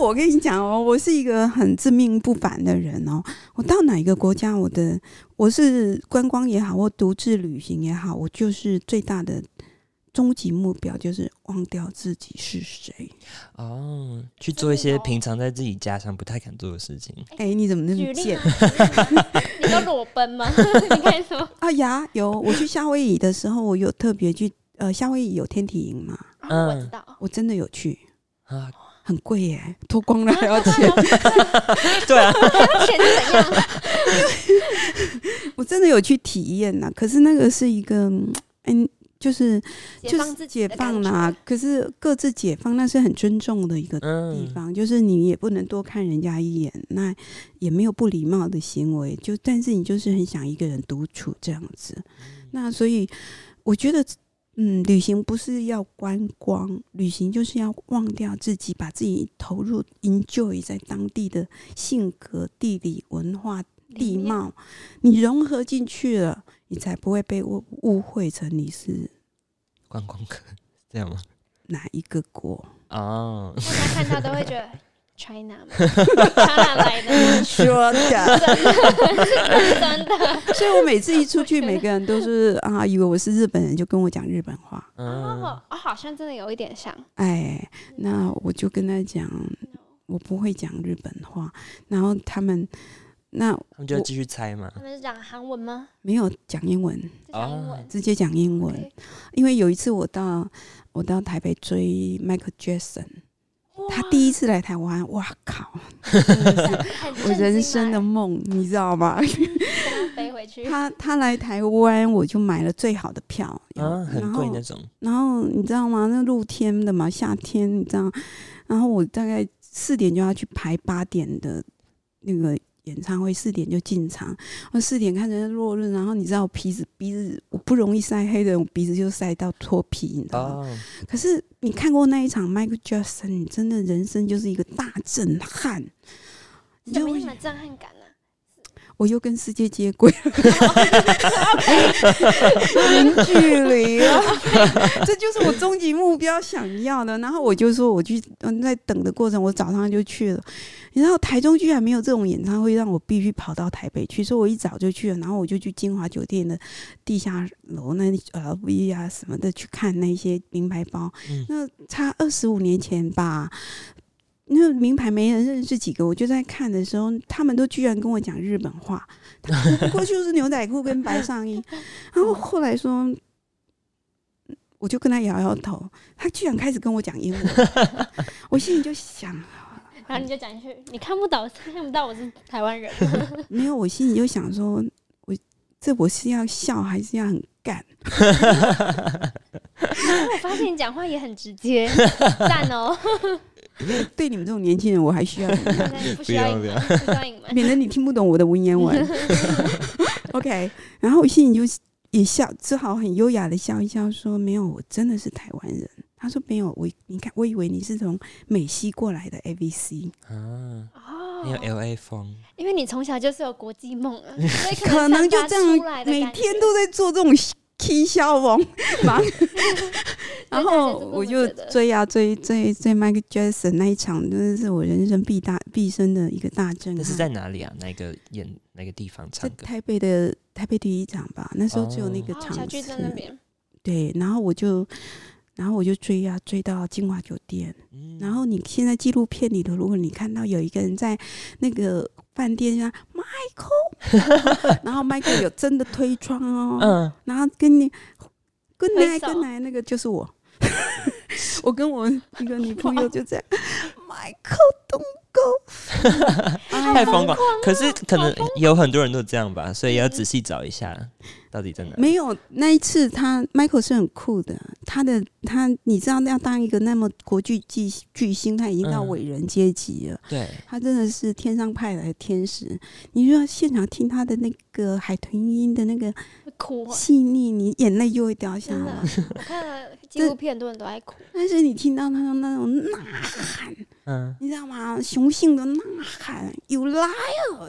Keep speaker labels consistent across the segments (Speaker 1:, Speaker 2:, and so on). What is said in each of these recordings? Speaker 1: 我跟你讲哦，我是一个很自命不凡的人哦。我到哪一个国家，我的我是观光也好，或独自旅行也好，我就是最大的终极目标就是忘掉自己是谁。
Speaker 2: 哦，去做一些平常在自己家乡不太敢做的事情。
Speaker 1: 哎、你怎么那
Speaker 3: 举
Speaker 1: 么
Speaker 3: 例
Speaker 1: 贱
Speaker 3: 啊，举例啊 你都裸奔吗？ 你看什么？
Speaker 1: 啊呀？有，我去夏威夷的时候，我有特别去呃，夏威夷有天体营嘛，
Speaker 3: 啊我知道，
Speaker 1: 哦我真的有去，
Speaker 2: 啊，
Speaker 1: 很贵耶，脱光了还要 钱。
Speaker 2: 对啊，
Speaker 3: 钱是怎样？
Speaker 1: 我真的有去体验呐，可是那个是一个，嗯嗯，就是
Speaker 3: 解
Speaker 1: 就
Speaker 3: 放
Speaker 1: 是
Speaker 3: 自
Speaker 1: 解
Speaker 3: 己的感
Speaker 1: 放
Speaker 3: 觉
Speaker 1: 啦，可是各自解放，那是很尊重的一个地
Speaker 2: 嗯，
Speaker 1: 方，就是你也不能多看人家一眼，那也没有不礼貌的行为，就但是你就是很想一个人独处这样子，那所以我觉得。嗯，旅行不是要观光，旅行就是要忘掉自己，把自己投入 enjoy 在当地的性格、地理、文化、地貌，你融合进去了，你才不会被误误会成你是
Speaker 2: 观光客这样吗？
Speaker 1: 哪一个国。
Speaker 2: 哦，
Speaker 3: 大家看到都会觉得 China 嘛 ，China 来的，
Speaker 1: 说的，
Speaker 3: 真 的。
Speaker 1: 所以我每次一出去，每个人都是啊，以为我是日本人，就跟我讲日本话。
Speaker 2: 嗯
Speaker 3: 哦，哦，好像真的有一点像。
Speaker 1: 哎，那我就跟他讲，我不会讲日本话。然后他们那
Speaker 2: 他们就要继续猜嘛
Speaker 3: 他。们是讲韩文吗？
Speaker 1: 没有讲英文，
Speaker 3: 是讲英文。
Speaker 1: 直接讲英文。
Speaker 3: OK
Speaker 1: 因为有一次我到我到台北追 Michael Jackson，他
Speaker 3: 哇
Speaker 1: 第一次来台湾，哇靠！
Speaker 3: 很
Speaker 1: 我
Speaker 3: 震惊啊
Speaker 1: 人生的
Speaker 3: 吧
Speaker 1: 梦，你知道吗？
Speaker 3: 跟他飞回去，
Speaker 1: 他他来台湾，我就买了最好的票，
Speaker 2: 啊，很
Speaker 1: 然
Speaker 2: 贵
Speaker 1: 后
Speaker 2: 那种，
Speaker 1: 然后你知道吗？那露天的嘛，夏天你知道，然后我大概四点就要去排八点的那个演唱会，四点就进场。我四点看着落日，然后你知道我鼻子鼻子我不容易晒黑的，我鼻子就晒到脱皮，你知道吗？
Speaker 2: 哦，
Speaker 1: 可是你看过那一场 Michael Jackson，你真的人生就是一个大震撼。你
Speaker 3: 怎
Speaker 1: 就
Speaker 3: 么
Speaker 1: 会
Speaker 3: 那么震撼感啊呢？
Speaker 1: 我又跟世界接轨， 零距离啊！这就是我终极目标想要的。然后我就说，我去嗯，在等的过程，我早上就去了。然后台中居然没有这种演唱会，让我必须跑到台北去，所以我一早就去了。然后我就去金华酒店的地下楼那里呃 V 啊什么的去看那些名牌包。
Speaker 2: 嗯
Speaker 1: 那差二十五年前吧，那名牌没人认识几个，我就在看的时候，他们都居然跟我讲日本话，他不过就是牛仔裤跟白上衣。然后后来说，我就跟他摇摇头，他居然开始跟我讲英文，我心里就想，
Speaker 3: 然后你就讲一句，你看不到，看不到我是台 湾人。
Speaker 1: 没有，我心里就想说，我这我是要笑还是要很干？
Speaker 3: 我发现你讲话也很直接，赞哦，
Speaker 1: 对你们这种年轻人，我还需要 怎么样？
Speaker 3: 不需要隐瞒，不需要隐 瞒。
Speaker 1: 免得你听不懂我的文言文。OK，然后我心里就也笑，只好很优雅的笑一笑，说：“没有，我真的是台湾人。”他说：“没有，我你看，我以为你是从美西过来的 ABC，
Speaker 2: 啊，你有
Speaker 3: 哦，
Speaker 2: L A 风，
Speaker 1: 嗯
Speaker 3: 因为你从小就是有国际梦 啊，所以
Speaker 1: 可
Speaker 3: 能
Speaker 1: 能就
Speaker 3: 散发
Speaker 1: 这样
Speaker 3: 出来，的
Speaker 1: 每
Speaker 3: 感
Speaker 1: 天
Speaker 3: 觉
Speaker 1: 都在做这种 K 消 亡忙。”然后我就追啊追追追 Michael Jackson 那一场，真的是我人生必大毕生的一个大震
Speaker 2: 那
Speaker 1: 撼。
Speaker 2: 是在哪里啊？哪个演哪个地方
Speaker 1: 在
Speaker 2: 唱歌？
Speaker 1: 台北的台北第一场吧，那时候只有那个
Speaker 3: 哦
Speaker 1: 场次。
Speaker 3: 小巨在那边，
Speaker 1: 对，然后我就，然后我就追呀、追到金华酒店。
Speaker 2: 嗯
Speaker 1: 然后你现在纪录片里头，如果你看到有一个人在那个饭店上，Michael，然后 Michael 有真的推窗哦，
Speaker 2: 嗯，
Speaker 1: 然后跟你 Good
Speaker 3: 挥
Speaker 1: night
Speaker 3: 手
Speaker 1: Good night，那个就是 我。我跟我一个女朋友就 这样，Michael don't go，
Speaker 2: 太
Speaker 1: 哎
Speaker 2: 疯
Speaker 3: 狂
Speaker 2: 狂。可是可能有很多人都这样吧，所以要仔细找一下到底在哪。
Speaker 1: 没有，那一次他 Michael 是很酷的，他的他，你知道要当一个那么国际巨巨星，他已经到
Speaker 2: 嗯
Speaker 1: 伟人阶级了，
Speaker 2: 对，
Speaker 1: 他真的是天上派来的天使。你说现场听他的那个海豚音的那个
Speaker 3: 会哭啊，
Speaker 1: 细腻，你眼泪就会掉下
Speaker 3: 真的
Speaker 1: 来。，
Speaker 3: 我看了纪录片，很多人都在哭，
Speaker 1: 但是你听到他的那种呐喊，
Speaker 2: 嗯，
Speaker 1: 你知道吗？雄性的呐 喊，有 liar，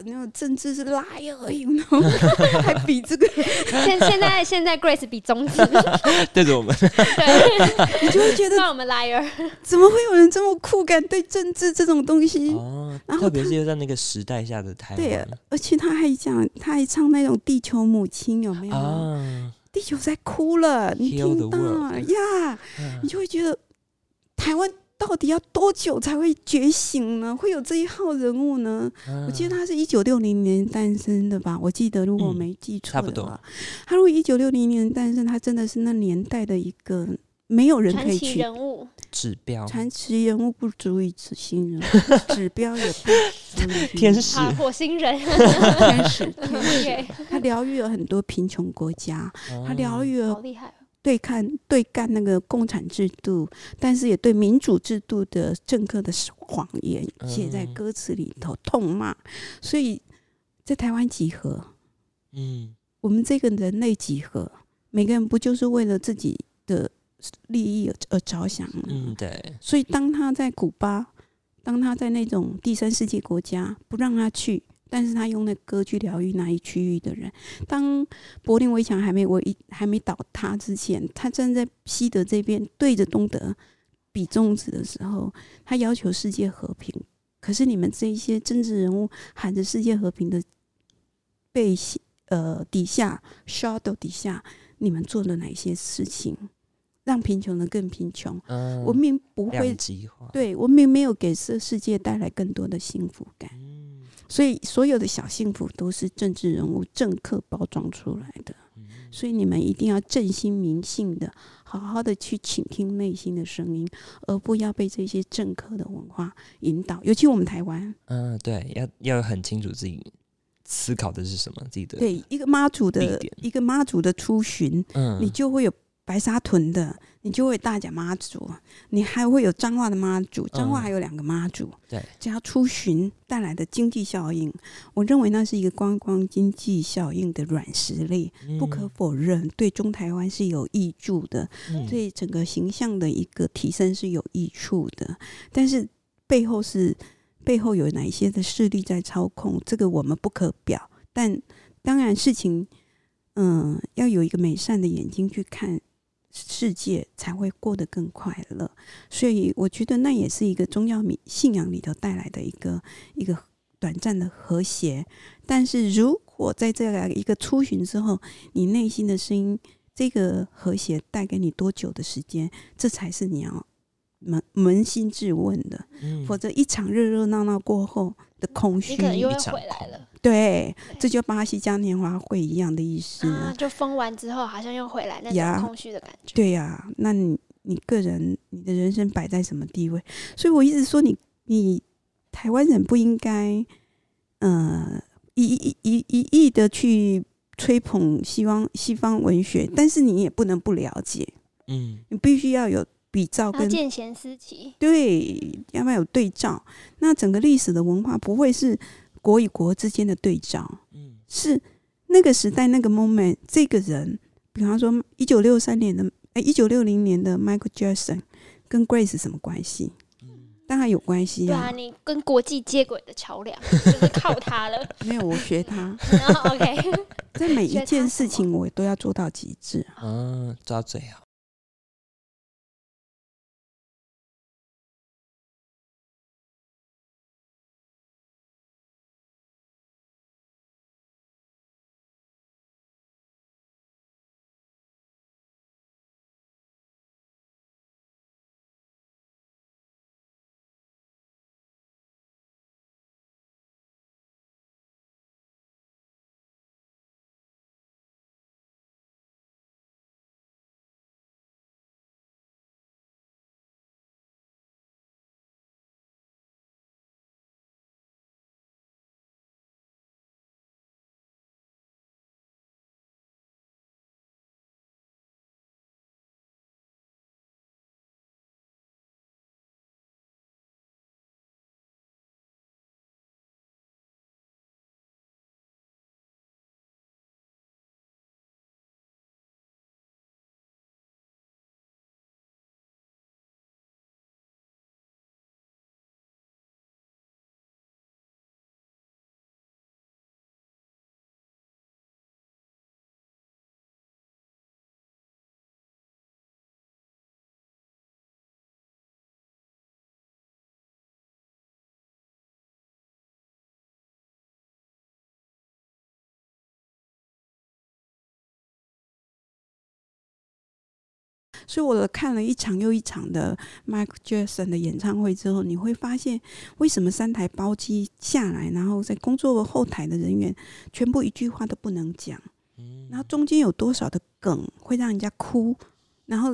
Speaker 1: 那种政治是 liar，you know，还比这个
Speaker 3: 现 现在现在 Grace 比中指，
Speaker 2: 对着我们，
Speaker 3: 对，
Speaker 1: 你就会觉得
Speaker 3: 算我们 liar。
Speaker 1: 怎么会有人这么酷，敢对政治这种东西？
Speaker 2: 哦，
Speaker 1: 然后
Speaker 2: 特别是在那个时代下的台
Speaker 1: 对啊
Speaker 2: 湾，
Speaker 1: 而且他还讲，他还唱那种《地球母亲》，有没有？
Speaker 2: 啊，
Speaker 1: 地球在哭了，你
Speaker 2: Heal
Speaker 1: 听
Speaker 2: the
Speaker 1: 到啊
Speaker 2: world
Speaker 1: 呀你
Speaker 2: 嗯
Speaker 1: 就会觉得台湾到底要多久才会觉醒呢？会有这一号人物呢？
Speaker 2: 嗯
Speaker 1: 我记得他是一九六零年诞生的吧？我记得如果我
Speaker 2: 嗯
Speaker 1: 没记
Speaker 2: 差
Speaker 1: 错
Speaker 2: 不
Speaker 1: 的
Speaker 2: 多
Speaker 1: 话，他如果一九六零年诞生，他真的是那年代的一个没有人可
Speaker 3: 传
Speaker 1: 以
Speaker 3: 奇
Speaker 1: 取
Speaker 3: 人物，
Speaker 2: 嗯指标，
Speaker 1: 传奇人物不足以指新 人物，指标也不足以
Speaker 2: 天使
Speaker 3: 好，火星人。
Speaker 1: 天使 天使，
Speaker 3: OK，
Speaker 1: 他疗愈了很多贫穷国家，
Speaker 2: 哦
Speaker 1: 他疗愈了
Speaker 3: 好厉害，哦
Speaker 1: 对抗对干那个共产制度，但是也对民主制度的政客的谎言写在
Speaker 2: 嗯
Speaker 1: 歌词里头痛骂，所以在台湾集合，
Speaker 2: 嗯，
Speaker 1: 我们这个人类集合，每个人不就是为了自己的利益而而着想吗？
Speaker 2: 嗯，对，
Speaker 1: 所以当他在古巴，当他在那种第三世界国家不让他去，但是他用那歌去疗愈那一区域的人。当柏林围墙还没围还没倒塌之前，他站在西德这边对着东德比中指的时候，他要求世界和平。可是你们这一些政治人物喊着世界和平的背西呃底下 shadow 底下，你们做了哪些事情，让贫穷的更贫穷？
Speaker 2: 嗯，
Speaker 1: 文明不
Speaker 2: 两
Speaker 1: 会，
Speaker 2: 极化，
Speaker 1: 对文明没有给这世界带来更多的幸福感，
Speaker 2: 嗯，
Speaker 1: 所以所有的小幸福都是政治人物、政客包装出来的。
Speaker 2: 嗯，
Speaker 1: 所以你们一定要振兴民性的，好好的去倾听内心的声音，而不要被这些政客的文化引导。尤其我们台湾，
Speaker 2: 嗯，对，要要很清楚自己思考的是什么，自己的，
Speaker 1: 对一个妈祖
Speaker 2: 地
Speaker 1: 的
Speaker 2: 点
Speaker 1: 一个妈祖的出巡，
Speaker 2: 嗯，
Speaker 1: 你就会有白沙屯的，你就会有大甲妈祖，你还会有彰化的妈祖，彰化
Speaker 2: 嗯
Speaker 1: 还有两个妈祖，
Speaker 2: 对，
Speaker 1: 只要出巡带来的经济效应，我认为那是一个观光经济效应的软实力，不可否认，对中台湾是有益处的，
Speaker 2: 嗯，嗯，
Speaker 1: 对整个形象的一个提升是有益处的，但是背后是背后有哪一些的势力在操控，这个我们不可表。但当然，事情嗯要有一个美善的眼睛去看世界，才会过得更快乐。所以我觉得那也是一个宗教迷信仰里头带来的一个一个短暂的和谐。但是如果在这样一个出巡之后，你内心的声音这个和谐带给你多久的时间，这才是你要扪扪心自问的。
Speaker 2: 嗯
Speaker 1: 否则一场热热闹闹过后的空
Speaker 3: 你
Speaker 1: 虚
Speaker 3: 可，能又
Speaker 2: 一
Speaker 3: 会
Speaker 2: 场
Speaker 3: 回来
Speaker 2: 空
Speaker 3: 了
Speaker 1: 对，这就巴西嘉年华会一样的意思。
Speaker 3: 啊！就封完之后，好像又回来那
Speaker 1: 呀
Speaker 3: 种空虚的感觉。
Speaker 1: 对呀、那你你个人你的人生摆在什么地位？所以我一直说你你台湾人不应该，呃，一一一一意的去吹捧西方西方文学，但是你也不能不了解，
Speaker 2: 嗯
Speaker 1: 你必须要有比照
Speaker 3: 然后
Speaker 1: 跟
Speaker 3: 见贤思齐，
Speaker 1: 对，要不然有对照。那整个历史的文化不会是国与国之间的对照，
Speaker 2: 嗯
Speaker 1: 是那个时代那个 moment 这个人，比方说一九六三年的，哎，一九六零年的 Michael Jackson 跟 Grace 什么关系？
Speaker 2: 嗯
Speaker 1: 当然有关系
Speaker 3: 对啊，
Speaker 1: 啊，
Speaker 3: 你跟国际接轨的桥梁就是靠它了。
Speaker 1: 没有我学他，
Speaker 3: 然后 OK，
Speaker 1: 在每
Speaker 3: 学
Speaker 1: 一
Speaker 3: 他
Speaker 1: 件
Speaker 3: 什
Speaker 1: 事
Speaker 3: 么
Speaker 1: 情我都要做到极致。
Speaker 2: 啊，抓最好，
Speaker 1: 所以我看了一场又一场的 Michael Jackson 的演唱会之后，你会发现为什么三台包机下来，然后在工作后台的人员全部一句话都不能讲，然后中间有多少的梗会让人家哭。然后，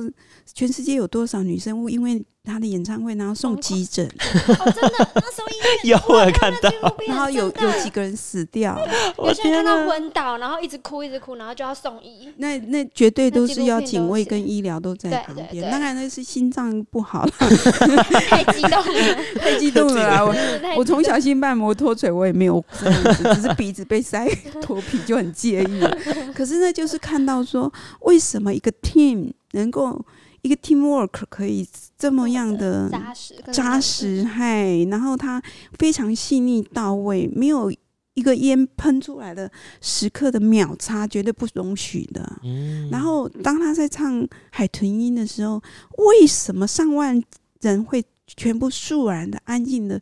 Speaker 1: 全世界有多少女生因为他的演唱会，然后送急 诊，
Speaker 3: 哦，真的，那时候医 院
Speaker 2: 有我有看到，
Speaker 1: 然后有有几个人死掉，
Speaker 3: 有些人
Speaker 2: 我天
Speaker 3: 看到
Speaker 2: 啊
Speaker 3: 昏倒，然后一直哭，一直哭，然后就要送医。
Speaker 1: 那那绝对都
Speaker 3: 那纪
Speaker 1: 是
Speaker 3: 录
Speaker 1: 要
Speaker 3: 片
Speaker 1: 警
Speaker 3: 都
Speaker 1: 卫
Speaker 3: 是
Speaker 1: 跟医疗都在
Speaker 3: 对
Speaker 1: 旁
Speaker 3: 对
Speaker 1: 边。
Speaker 3: 对
Speaker 1: 当然那是心脏不好 了，
Speaker 3: 太激动了，
Speaker 1: 太激动了啦！我
Speaker 3: 真的太
Speaker 1: 我
Speaker 3: 激动
Speaker 1: 从小性半摩托腿，我也没有这样子，只是鼻子被 塞脱皮就很介意了。可是那就是看到说，为什么一个 team 能够一个 teamwork 可以这么样的
Speaker 3: 扎实，
Speaker 1: 扎实，嗨，然后它非常细腻到位，没有一个烟喷出来的时刻的秒差，绝对不容许的。
Speaker 2: 嗯
Speaker 1: 然后当他在唱海豚音的时候，为什么上万人会全部肃然的、安静的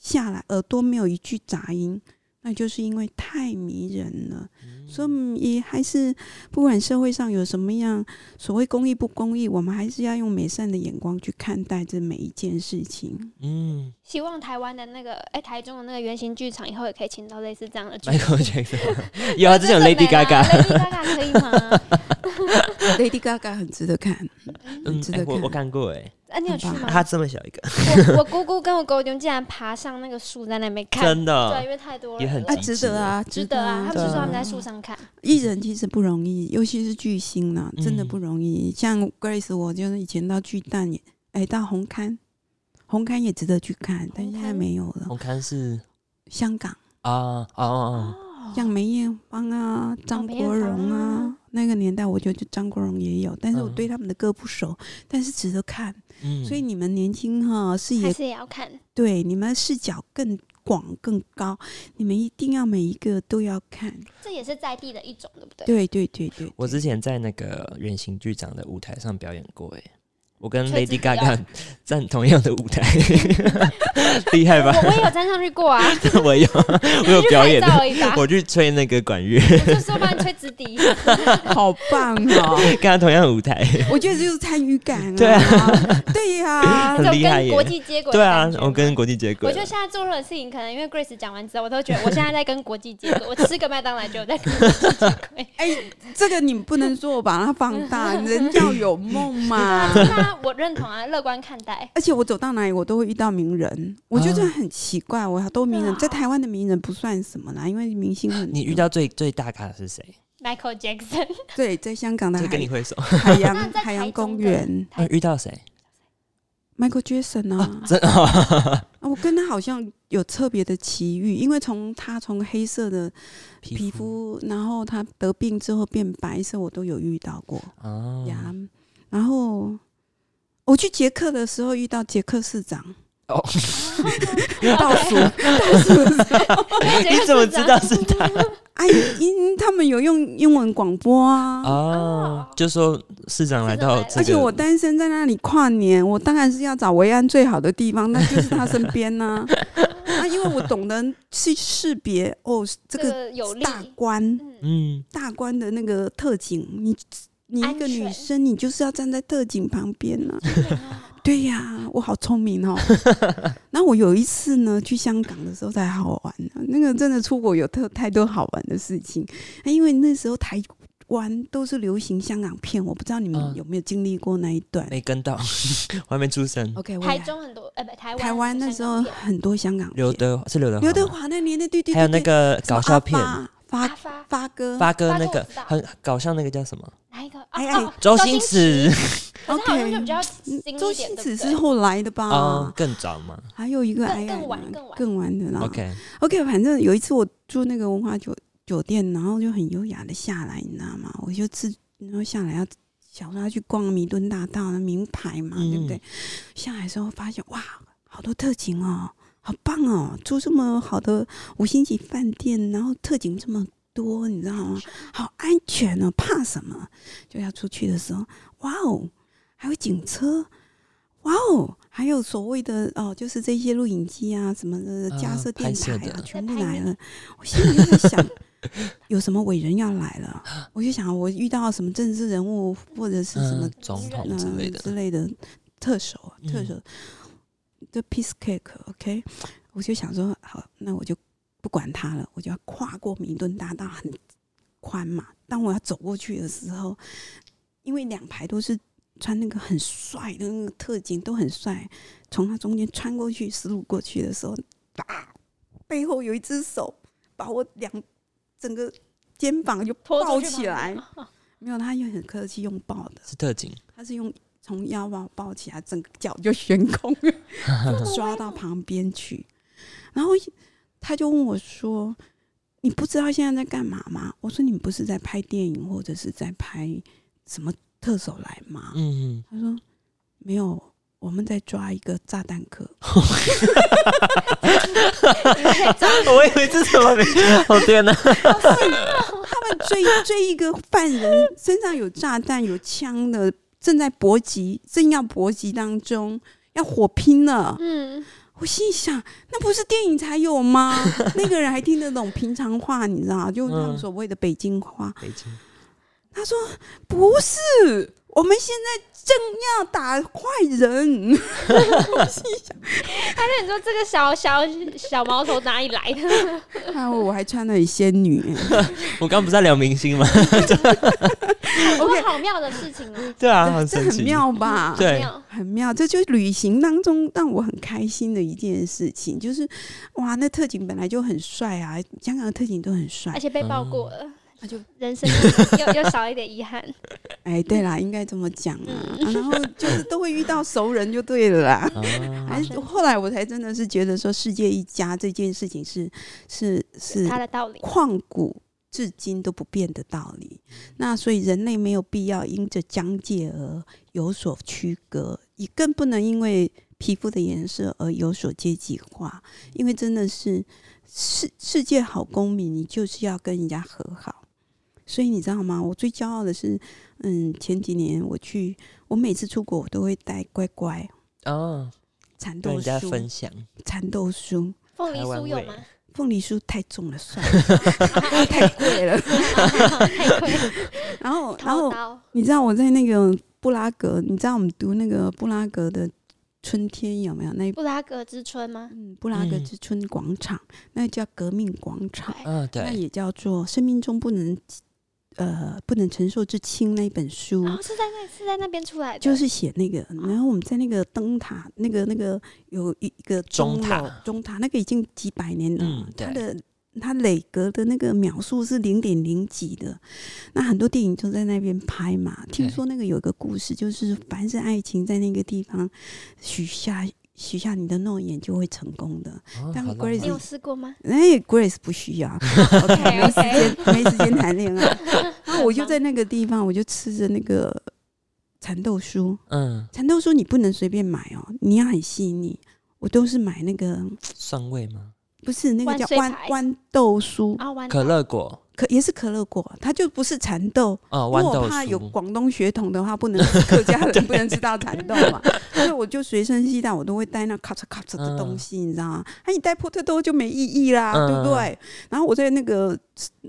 Speaker 1: 下来，耳朵没有一句杂音？那就是因为太迷人了，所以嗯也还是不管社会上有什么样所谓公益不公益，我们还是要用美善的眼光去看待这每一件事 情。
Speaker 2: 嗯
Speaker 3: 希望台湾的那个，哎、台中的那个圆形剧场以后也可以请到类似这样的剧。
Speaker 2: ，Michael Jackson 有啊，之前有 Lady
Speaker 3: 真的很
Speaker 2: Gaga，
Speaker 3: 美啊 Lady Gaga 可以吗？
Speaker 1: 啊 Lady Gaga 很值得看，很
Speaker 2: 嗯
Speaker 1: 值，
Speaker 2: 哎
Speaker 1: 得
Speaker 2: 我
Speaker 1: 看
Speaker 2: 我。看过哎，
Speaker 3: 啊，你有去吗？
Speaker 2: 他这么小一个，
Speaker 3: 我我姑姑跟我狗熊竟然爬上那个树在那边看，
Speaker 2: 真
Speaker 3: 对，
Speaker 2: 的
Speaker 3: 因为太多人
Speaker 2: 也很
Speaker 1: 啊，
Speaker 3: 了
Speaker 1: 值得啊，
Speaker 3: 值得啊！他们
Speaker 2: 值
Speaker 3: 就
Speaker 2: 得
Speaker 3: 说他们
Speaker 1: 对啊
Speaker 3: 在树上看，
Speaker 1: 艺人其实不容易，尤其是巨星啦，真的
Speaker 2: 嗯
Speaker 1: 不容易。像 Grace，我就是以前到巨蛋也，哎，到红磡，红磡也值得去看，但
Speaker 3: 红
Speaker 1: 现在
Speaker 3: 磡
Speaker 1: 没有了。
Speaker 2: 红磡是
Speaker 1: 香港，
Speaker 2: 啊啊啊，
Speaker 1: 像梅艳芳啊、张
Speaker 3: 哦梅
Speaker 1: 国
Speaker 3: 艳
Speaker 1: 荣
Speaker 3: 芳
Speaker 1: 啊
Speaker 3: 啊，
Speaker 1: 那个年代我觉得就张国荣也有，但是我
Speaker 2: 嗯
Speaker 1: 对他们的歌不熟，但是值得看。
Speaker 2: 嗯，
Speaker 1: 所以你们年轻哈，视
Speaker 3: 还
Speaker 1: 野
Speaker 3: 是也要看。
Speaker 1: 对，你们视角更广更高，你们一定要每一个都要看。
Speaker 3: 这也是在地的一种，对不对？
Speaker 1: 对对对 对，
Speaker 2: 我之前在那个圆形剧场的舞台上表演过，哎，我跟
Speaker 3: 吹
Speaker 2: Lady
Speaker 3: 自己啊
Speaker 2: Gaga 站同样的舞台， 厉害吧？
Speaker 3: 我我也有站上去过啊，
Speaker 2: 我有，我有
Speaker 3: 去
Speaker 2: 表
Speaker 3: 拍
Speaker 2: 演
Speaker 3: 照
Speaker 2: 的，
Speaker 3: 而已吧。
Speaker 2: 我去吹那个管乐，
Speaker 3: 我就说帮你吹直笛，
Speaker 1: 好棒哦！
Speaker 2: 跟他同样的舞台，
Speaker 1: 我觉得就是参与感、啊，
Speaker 2: 对
Speaker 1: 啊， 对呀、
Speaker 3: 这
Speaker 2: 很
Speaker 3: 种
Speaker 2: 厉害
Speaker 3: 跟
Speaker 2: 耶
Speaker 3: 国际接轨的
Speaker 2: 对啊
Speaker 3: 感，觉
Speaker 2: 我跟国际接轨
Speaker 3: 我
Speaker 2: 了
Speaker 3: 觉，得现在做任何事情，可能因为 Grace 讲完之后，我都觉得我现在在跟国际接 轨。我吃个麦当劳就在跟国际接轨。
Speaker 1: 哎、这个你不能说我把它放大，人要有梦
Speaker 2: 啊
Speaker 1: 嘛。
Speaker 3: 那我认同啊，乐观看待。
Speaker 1: 而且我走到哪里，我都会遇到名人，我觉得
Speaker 2: 啊
Speaker 1: 很奇怪。我好多名人，
Speaker 3: 对啊
Speaker 1: 在台湾的名人不算什么啦，因为明星很
Speaker 2: 你遇到最最大咖的是谁？
Speaker 3: Michael Jackson，
Speaker 1: 对，在香港的
Speaker 2: 就跟你
Speaker 1: 海
Speaker 2: 挥手。
Speaker 1: 海洋
Speaker 3: 那在
Speaker 1: 海洋
Speaker 3: 台中
Speaker 1: 公
Speaker 3: 的
Speaker 1: 园
Speaker 2: 啊
Speaker 3: 台
Speaker 2: 遇到谁？
Speaker 1: ，Michael Jackson 啊，
Speaker 2: 真
Speaker 1: 啊我跟他好像有特别的奇遇，因为从他从黑色的皮肤，然后他得病之后变白色，我都有遇到过。
Speaker 2: 啊
Speaker 1: 呀，然后我去捷克的时候遇到捷克市长，
Speaker 2: 哦，
Speaker 1: 倒数倒数，
Speaker 2: 哎你怎么知道
Speaker 3: 啊
Speaker 2: 是他
Speaker 3: 嗯
Speaker 1: 哎，因他们有用英文广播啊。
Speaker 2: 哦，就说市长来到这个，
Speaker 1: 而且我单身在那里跨年，我当然是要找维安最好的地方，那就是他身边呐、啊。因为我懂得去识别哦，这
Speaker 3: 这
Speaker 1: 个
Speaker 3: 个有利？
Speaker 1: 大官
Speaker 3: 嗯，
Speaker 2: 嗯
Speaker 1: 大官的那个特警，你你一
Speaker 3: 安
Speaker 1: 个
Speaker 3: 全
Speaker 1: 女生，你就是要站在特警旁边呐、 对啊呀、我好聪明 哦。那我有一次呢，去香港的时候才好玩、那个真的出国有特太多好玩的事情，啊因为那时候台湾都是流行香港片，我不知道你们
Speaker 2: 嗯
Speaker 1: 有没有经历过那一段。
Speaker 2: 没跟到， 我还没出生。
Speaker 1: OK，我
Speaker 3: 台
Speaker 1: 来
Speaker 3: 中很多，呃，不，台湾
Speaker 1: 台湾那时候
Speaker 3: 香港
Speaker 1: 很多香港
Speaker 2: 刘
Speaker 1: 片，
Speaker 2: 德是刘德华吗，
Speaker 1: 刘德华那年代对对对，
Speaker 2: 还有那
Speaker 1: 对
Speaker 2: 个搞笑片
Speaker 1: 什，么阿
Speaker 3: 片
Speaker 1: 发
Speaker 3: 阿发
Speaker 1: 发哥
Speaker 2: 发哥
Speaker 3: 发哥
Speaker 2: 那个
Speaker 3: 我知道
Speaker 2: 很搞笑那个叫什么？
Speaker 3: 哪一个？
Speaker 1: 哎
Speaker 3: 哦
Speaker 1: 哎
Speaker 3: 哦
Speaker 2: 周星
Speaker 3: 星，
Speaker 2: 驰
Speaker 3: 可是好像就比较
Speaker 1: 嗯
Speaker 3: 新一点
Speaker 1: 周星驰
Speaker 3: 对
Speaker 1: 是
Speaker 3: 不对
Speaker 1: 后来的
Speaker 2: 啊
Speaker 1: 吧，？
Speaker 2: 更早嘛。
Speaker 1: 还有一个
Speaker 3: 更
Speaker 1: 哎呀
Speaker 3: 更晚更晚
Speaker 1: 更晚的啦。
Speaker 2: OK，
Speaker 1: OK，反正有一次我住那个文化酒酒店，然后就很优雅的下来，你知道吗？我就自然后下来要想说要去逛弥敦大道的名牌嘛，对不对
Speaker 2: 嗯？
Speaker 1: 下来之后发现哇，好多特警哦，好棒哦！住这么好的五星级饭店，然后特警这么多，你知道吗？好安全哦，怕什么？就要出去的时候，哇哦，还有警车，哇哦，还有所谓的哦，就是这些录影机啊什么的
Speaker 2: 啊
Speaker 1: 架设电台
Speaker 2: 拍摄
Speaker 1: 啊，
Speaker 2: 的
Speaker 1: 全部来了。我心里就在想， 有什么伟人要来了，我就想我遇到什么政治人物或者是什么
Speaker 2: 嗯总统
Speaker 1: 嗯
Speaker 2: 之类的
Speaker 1: 之类的特首啊，特
Speaker 2: 嗯
Speaker 1: 首的 piece cake，OK，、我就想说，好，那我就不管他了，我就要跨过明顿大道，很宽嘛。当我要走过去的时候，因为两排都是穿那个很帅的那个特警，都很帅，从他中间穿过去，死路过去的时候，啪，背后有一只手把我两整个肩膀就
Speaker 3: 拖
Speaker 1: 抱
Speaker 3: 出去
Speaker 1: 起
Speaker 3: 旁
Speaker 1: 来
Speaker 3: 边，
Speaker 1: 没有，他也很客气，用抱的。
Speaker 2: 是特警，
Speaker 1: 他是用从腰把我抱起来，整个脚就悬空， 抓到旁边去。然后他就问我说：“你不知道现在在干嘛吗？”我说：“你不是在拍电影，或者是在拍什么特首来吗
Speaker 2: 嗯？”，
Speaker 1: 他说：“没有，我们在抓一个炸弹客。
Speaker 2: 我以为这是什么名？ 哦天哪！
Speaker 1: 他们追 追一个犯人，身上有炸弹、有枪的，正在搏击，正要搏击当中，要火拼了。”
Speaker 3: 嗯，
Speaker 1: 我心里想，那不是电影才有 吗？那个人还听得懂平常话，你知道，就他们
Speaker 2: 嗯
Speaker 1: 所谓的北京话。
Speaker 2: 北京
Speaker 1: 他说：“不是，我们现在正要打坏人。
Speaker 3: 他就你说这个小小小毛头哪里来的？”
Speaker 1: 还有我还穿的很仙女、
Speaker 2: 我刚不是在聊明星吗？
Speaker 3: 哇，好妙的事情哦，
Speaker 2: 对 啊，
Speaker 1: 哎
Speaker 2: 很
Speaker 1: 这
Speaker 2: 神
Speaker 1: 很
Speaker 2: 奇。
Speaker 1: 妙吧？
Speaker 2: 对
Speaker 3: 好妙
Speaker 1: 很妙，这就是旅行当中让我很开心的一件事情，就是哇，那特警本来就很帅啊，香港的特警都很帅
Speaker 3: 而，且被爆过了，
Speaker 1: 他就
Speaker 3: 人生
Speaker 1: 嗯
Speaker 3: 又 又又少一点遗憾。
Speaker 1: 哎，对啦，应该这么讲啊，啊然后就是都会遇到熟人就对了啦。
Speaker 2: 啊，
Speaker 1: 还是后来我才真的是觉得说，世界一家这件事情是是是
Speaker 3: 他的道理，
Speaker 1: 旷古至今都不变的道理。那所以人类没有必要因着疆界而有所区隔，也更不能因为皮肤的颜色而有所阶级化，因为真的是世世界好公民，你就是要跟人家和好。所以你知道吗？我最骄傲的是，嗯，前几年我去，我每次出国我都会带乖乖
Speaker 2: 哦，
Speaker 1: 蚕
Speaker 2: 跟
Speaker 1: 豆
Speaker 2: 人家
Speaker 1: 酥，
Speaker 2: 分享，
Speaker 1: 蚕豆酥，
Speaker 3: 凤梨
Speaker 2: 台湾
Speaker 3: 酥有
Speaker 2: 味
Speaker 3: 吗？
Speaker 1: 凤梨酥太重了，算 了，太贵了。
Speaker 3: 啊太亏了，
Speaker 1: 然后，然
Speaker 3: 掏
Speaker 1: 后
Speaker 3: 刀
Speaker 1: 你知道我在那个布拉格，你知道我们读那个布拉格的春天有没有？那
Speaker 3: 布拉格之春吗？
Speaker 1: 嗯，布拉格
Speaker 2: 嗯
Speaker 1: 之春广场，那叫革命广场，
Speaker 2: 嗯，
Speaker 1: 那
Speaker 2: 对，
Speaker 1: 也叫做《生命中不能呃不能承受之轻》那一本书。
Speaker 3: 哦，是在那是在那边出来的，
Speaker 1: 就是写那个，
Speaker 2: 哦
Speaker 1: 然后我们在那个灯塔，那个那个有一一个
Speaker 2: 钟
Speaker 1: 楼
Speaker 2: 塔，
Speaker 1: 钟塔那个已经几百年了，
Speaker 2: 嗯
Speaker 1: 它
Speaker 2: 对
Speaker 1: 的它磊格的那个秒数是零点零几的，那很多电影都在那边拍嘛。听
Speaker 2: 对
Speaker 1: 说那个有一个故事，就是凡是爱情在那个地方许下许下你的诺言就会成功的。
Speaker 2: 哦
Speaker 1: 但
Speaker 2: 好浪
Speaker 1: Grace-
Speaker 3: 你
Speaker 2: 漫
Speaker 3: 有试 过吗？
Speaker 1: 哎，Grace 不需 要
Speaker 3: OK，
Speaker 1: 没时
Speaker 3: OK
Speaker 1: 间，没时间谈恋 爱。然后我就在那个地方，我就吃着那个蚕豆酥。
Speaker 2: 嗯，
Speaker 1: 蚕豆酥你不能随便买哦，你要很细腻。我都是买那个，
Speaker 2: 蒜味吗？
Speaker 1: 不是那个叫
Speaker 3: 万
Speaker 1: 豌
Speaker 3: 岁牌
Speaker 1: 豌豆酥，
Speaker 3: 啊，玩
Speaker 2: 可乐果，
Speaker 1: 可也是可乐果，它就不是蚕豆。
Speaker 2: 哦，
Speaker 1: 因为
Speaker 2: 豌
Speaker 1: 我
Speaker 2: 豆
Speaker 1: 怕有
Speaker 2: 酥，
Speaker 1: 广东血统的话，不能客家 人不能吃到蚕豆嘛，所以我就随身携带，我都会带那咔嚓咔嚓的东西，你知道吗？啊那、你带波特豆就没意义啦，
Speaker 2: 嗯
Speaker 1: 对不对？然后我在那个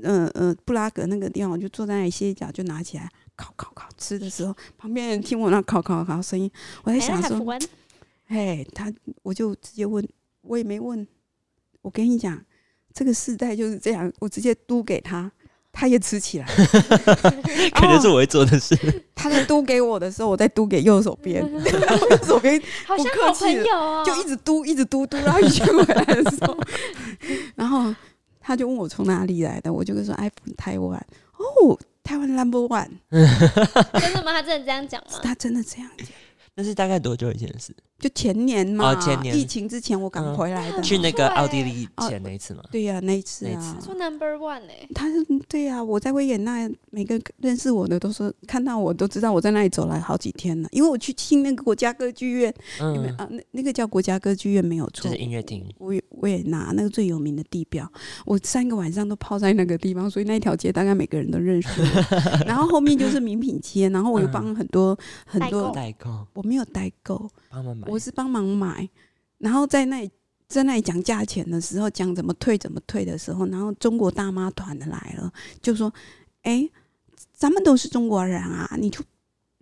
Speaker 1: 呃呃布拉格那个地方，我就坐在那里歇一脚，就拿起来烤烤烤吃的时候，旁边人听我那烤烤烤声音，我在
Speaker 3: 哎
Speaker 1: 想
Speaker 3: 那还
Speaker 1: 说
Speaker 3: 不，玩
Speaker 1: 哎，他我就直接问，我也没问。我跟你讲，这个世代就是这样，我直接嘟给他，他也吃起来。哦
Speaker 2: 感觉是我会做的事。
Speaker 1: 他在嘟给我的时候，我在嘟给右手 边，然后右手边
Speaker 3: 好像
Speaker 1: 不客
Speaker 3: 好
Speaker 1: 气
Speaker 3: 朋友哦，
Speaker 1: 就一直嘟，一直嘟嘟，然后一圈回来的时候， 然后他就问我从哪里来的，我就跟他说 i p 台湾。哦，台湾 number one，
Speaker 3: 真的吗？他真的这样讲 吗？
Speaker 1: 他真的这样讲。
Speaker 2: 那是大概多久以前的事？
Speaker 1: 就前年嘛，
Speaker 2: 哦前年嗯
Speaker 1: 疫情之前我刚回来的嘛，
Speaker 2: 去那个奥地利
Speaker 1: 哦
Speaker 2: 前那一次吗？
Speaker 1: 对呀、那一次
Speaker 2: 那一
Speaker 1: 啊
Speaker 3: 他，说 number one 哎，
Speaker 1: 他是对呀、我在维也纳，每个认识我的都说看到我都知道我在那里走了好几天了，因为我去听那个国家歌剧院，你们
Speaker 2: 嗯，
Speaker 1: 啊，那那个叫国家歌剧院没有
Speaker 2: 就
Speaker 1: 错
Speaker 2: 是，音乐厅。
Speaker 1: 我也我也拿那个最有名的地标，我三个晚上都泡在那个地方，所以那一条街大概每个人都认识 我。然后后面就是名品街，然后我又帮很多、很
Speaker 3: 代购
Speaker 1: 多，
Speaker 2: 代购
Speaker 1: 哦我没有代购，
Speaker 2: 帮忙买，
Speaker 1: 我是帮忙买，然后在那里在那里讲价钱的时候，讲怎么退怎么退的时候，然后中国大妈团的来了，就说：“哎、咱们都是中国人啊，你就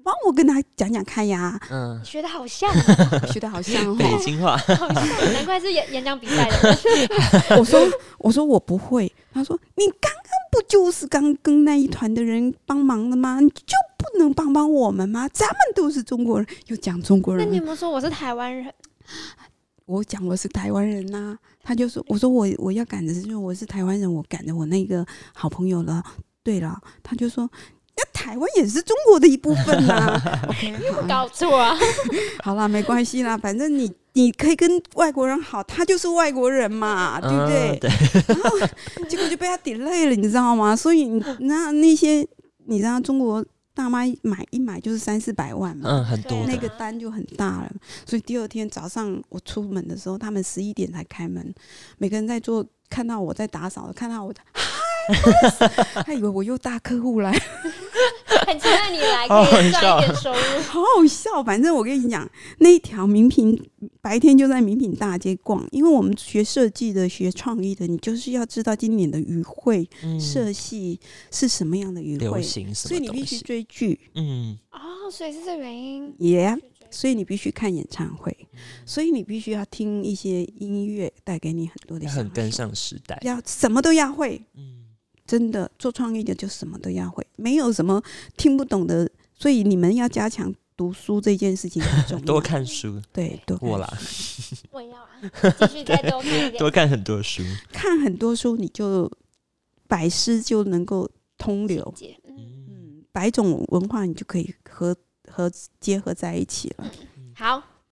Speaker 1: 帮我跟他讲讲看呀。
Speaker 2: 嗯
Speaker 3: 你，学的好像哦，
Speaker 1: 学的好像
Speaker 2: 北
Speaker 1: 哦。
Speaker 2: 京话，
Speaker 3: 好像，难怪是演演讲比赛的人。
Speaker 1: 我说：“我说我不会。”他说：“你刚刚不就是刚跟那一团的人帮忙的吗？你就不能帮帮我们吗？咱们都是中国人，又讲中国
Speaker 2: 嗯
Speaker 3: 那
Speaker 1: 人
Speaker 3: 你有没有说我是台湾人？
Speaker 1: 我讲我是台湾人呐、他就说，我说我我要赶的是，因为我是台湾人，我赶着我那个好朋友了。对了，他就说，那台湾也是中国的一部分呐、OK，好啦，
Speaker 3: 搞错啊！
Speaker 1: 好啦，没关系啦，反正你你可以跟外国人好，他就是外国人嘛， 对不对？
Speaker 2: 嗯对，
Speaker 1: 结果就被他 delay 了，你知道吗？所以你那那些你知道中国大妈买一买就是三四百万嘛，
Speaker 2: 嗯，很多
Speaker 1: 那
Speaker 2: 的，
Speaker 1: 个单就很大了，所以第二天早上我出门的时候，他们十一点才开门，每个人在做，看到我在打扫，看到我在，嗨，他以为我又大客户来，
Speaker 3: 很期待你来，
Speaker 2: 好
Speaker 3: 可以
Speaker 2: 好哦笑
Speaker 3: 赚一点收入。
Speaker 1: 好好笑。反正我跟你讲，那一条名品白天就在名品大街逛，因为我们学设计的、学创意的，你就是要知道今年的语汇、
Speaker 2: 嗯
Speaker 1: 设系是什么样的语
Speaker 2: 流
Speaker 1: 汇，
Speaker 2: 行什
Speaker 1: 所以
Speaker 2: 么
Speaker 1: 你必
Speaker 2: 东
Speaker 1: 须
Speaker 2: 西？
Speaker 1: 追剧。
Speaker 2: 嗯，
Speaker 3: 哦，所以是这原因。
Speaker 1: 耶、所以你必须看演唱会，所以你必须要听一些音乐，带给你很多的
Speaker 2: 要
Speaker 1: 想
Speaker 2: 很
Speaker 1: 法，
Speaker 2: 跟上时代。
Speaker 1: 要什么都要会，
Speaker 2: 嗯，
Speaker 1: 真的做创意的就什么都要会，没有什么听不懂的，所以你们要加强读书这件事情很 重要，
Speaker 2: 多看书，
Speaker 1: 对多看
Speaker 2: 我啦，
Speaker 3: 我也要啊，继续再多看一 点。
Speaker 2: 多看很多书。
Speaker 1: 看很多书，你就百诗就能够通流，
Speaker 3: 细节嗯
Speaker 2: 嗯，
Speaker 1: 嗯，百种文化你就可以和和结合在一起了。
Speaker 3: 好，